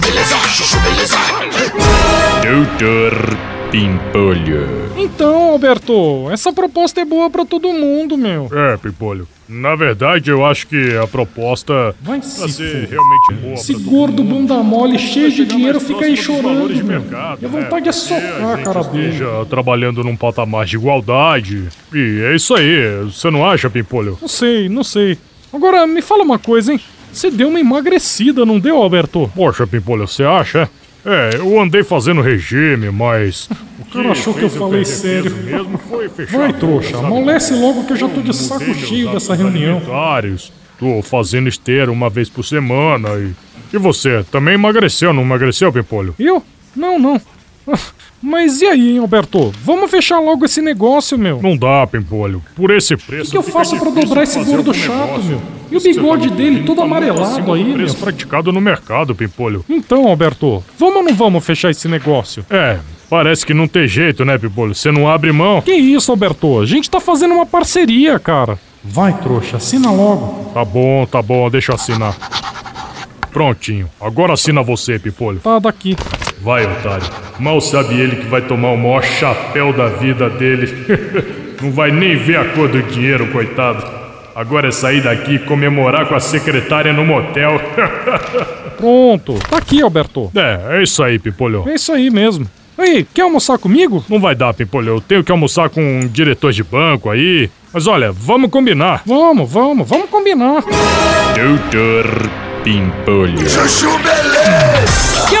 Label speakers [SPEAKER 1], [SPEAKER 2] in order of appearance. [SPEAKER 1] beleza, chuchu beleza.
[SPEAKER 2] Doutor Pimpolho.
[SPEAKER 3] Então, Alberto, essa proposta é boa pra todo mundo, meu.
[SPEAKER 4] É, Pimpolho. Na verdade, eu acho que a proposta
[SPEAKER 3] Vai
[SPEAKER 4] vai
[SPEAKER 3] se
[SPEAKER 4] ser
[SPEAKER 3] fuder.
[SPEAKER 4] realmente boa.
[SPEAKER 3] Esse
[SPEAKER 4] pra todo
[SPEAKER 3] gordo bunda mole, cheio de
[SPEAKER 4] chegar
[SPEAKER 3] dinheiro,
[SPEAKER 4] mais
[SPEAKER 3] fica aí
[SPEAKER 4] próximo dos valores
[SPEAKER 3] chorando,
[SPEAKER 4] de
[SPEAKER 3] meu.
[SPEAKER 4] mercado,
[SPEAKER 3] Dá
[SPEAKER 4] né?
[SPEAKER 3] vontade
[SPEAKER 4] Porque
[SPEAKER 3] é socar a
[SPEAKER 4] gente
[SPEAKER 3] cara dele.
[SPEAKER 4] esteja trabalhando num patamar de igualdade. E é isso aí, você não acha, Pimpolho?
[SPEAKER 3] Não sei, não sei. Agora, me fala uma coisa, hein? Você deu uma emagrecida, não deu, Alberto?
[SPEAKER 4] Poxa, Pimpolho, você acha? É, eu andei fazendo regime, mas. O
[SPEAKER 3] cara achou que eu
[SPEAKER 4] fez perder
[SPEAKER 3] falei sério.
[SPEAKER 4] peso Mesmo foi fechar a
[SPEAKER 3] Vai,
[SPEAKER 4] boca,
[SPEAKER 3] trouxa,
[SPEAKER 4] sabe? né?
[SPEAKER 3] amolece logo que eu já tô de
[SPEAKER 4] Mudei
[SPEAKER 3] saco
[SPEAKER 4] meus
[SPEAKER 3] cheio
[SPEAKER 4] hábitos
[SPEAKER 3] dessa reunião.
[SPEAKER 4] alimentares, Tô fazendo esteira uma vez por semana e. E você, também emagreceu, não emagreceu, Pimpolho?
[SPEAKER 3] Eu? Não, não. Mas e aí, hein, Alberto? Vamos fechar logo esse negócio, meu. O
[SPEAKER 4] Não dá, Pimpolho. Por esse preço.
[SPEAKER 3] que, que eu faço pra dobrar
[SPEAKER 4] um
[SPEAKER 3] esse gordo chato, meu? E o
[SPEAKER 4] tá
[SPEAKER 3] bigode dele todo amarelado aí, meu?
[SPEAKER 4] preço praticado no mercado, Pimpolho.
[SPEAKER 3] Então, Alberto, vamos ou não vamos fechar esse negócio?
[SPEAKER 4] É, parece que não tem jeito, né, Pimpolho? Você não abre mão.
[SPEAKER 3] Que isso, Alberto? A gente tá fazendo uma parceria, cara. Vai, trouxa, assina logo.
[SPEAKER 4] Tá bom, tá bom, deixa eu assinar. Prontinho. Agora assina você, Pimpolho.
[SPEAKER 3] Tá daqui.
[SPEAKER 4] Vai, otário. Mal sabe ele que vai tomar o maior chapéu da vida dele. Não vai nem ver a cor do dinheiro, coitado. Agora é sair daqui e comemorar com a secretária no motel.
[SPEAKER 3] Pronto. Tá aqui, Alberto.
[SPEAKER 4] é, é isso aí, Pimpolho.
[SPEAKER 3] É isso aí mesmo. Ei, quer almoçar comigo?
[SPEAKER 4] Não vai dar, Pimpolho. Eu tenho que almoçar com um diretor de banco aí. Mas olha, vamos combinar.
[SPEAKER 3] Vamos, vamos, vamos combinar.
[SPEAKER 2] Doutor Pimpolho.
[SPEAKER 1] Chuchu beleza.
[SPEAKER 5] Quer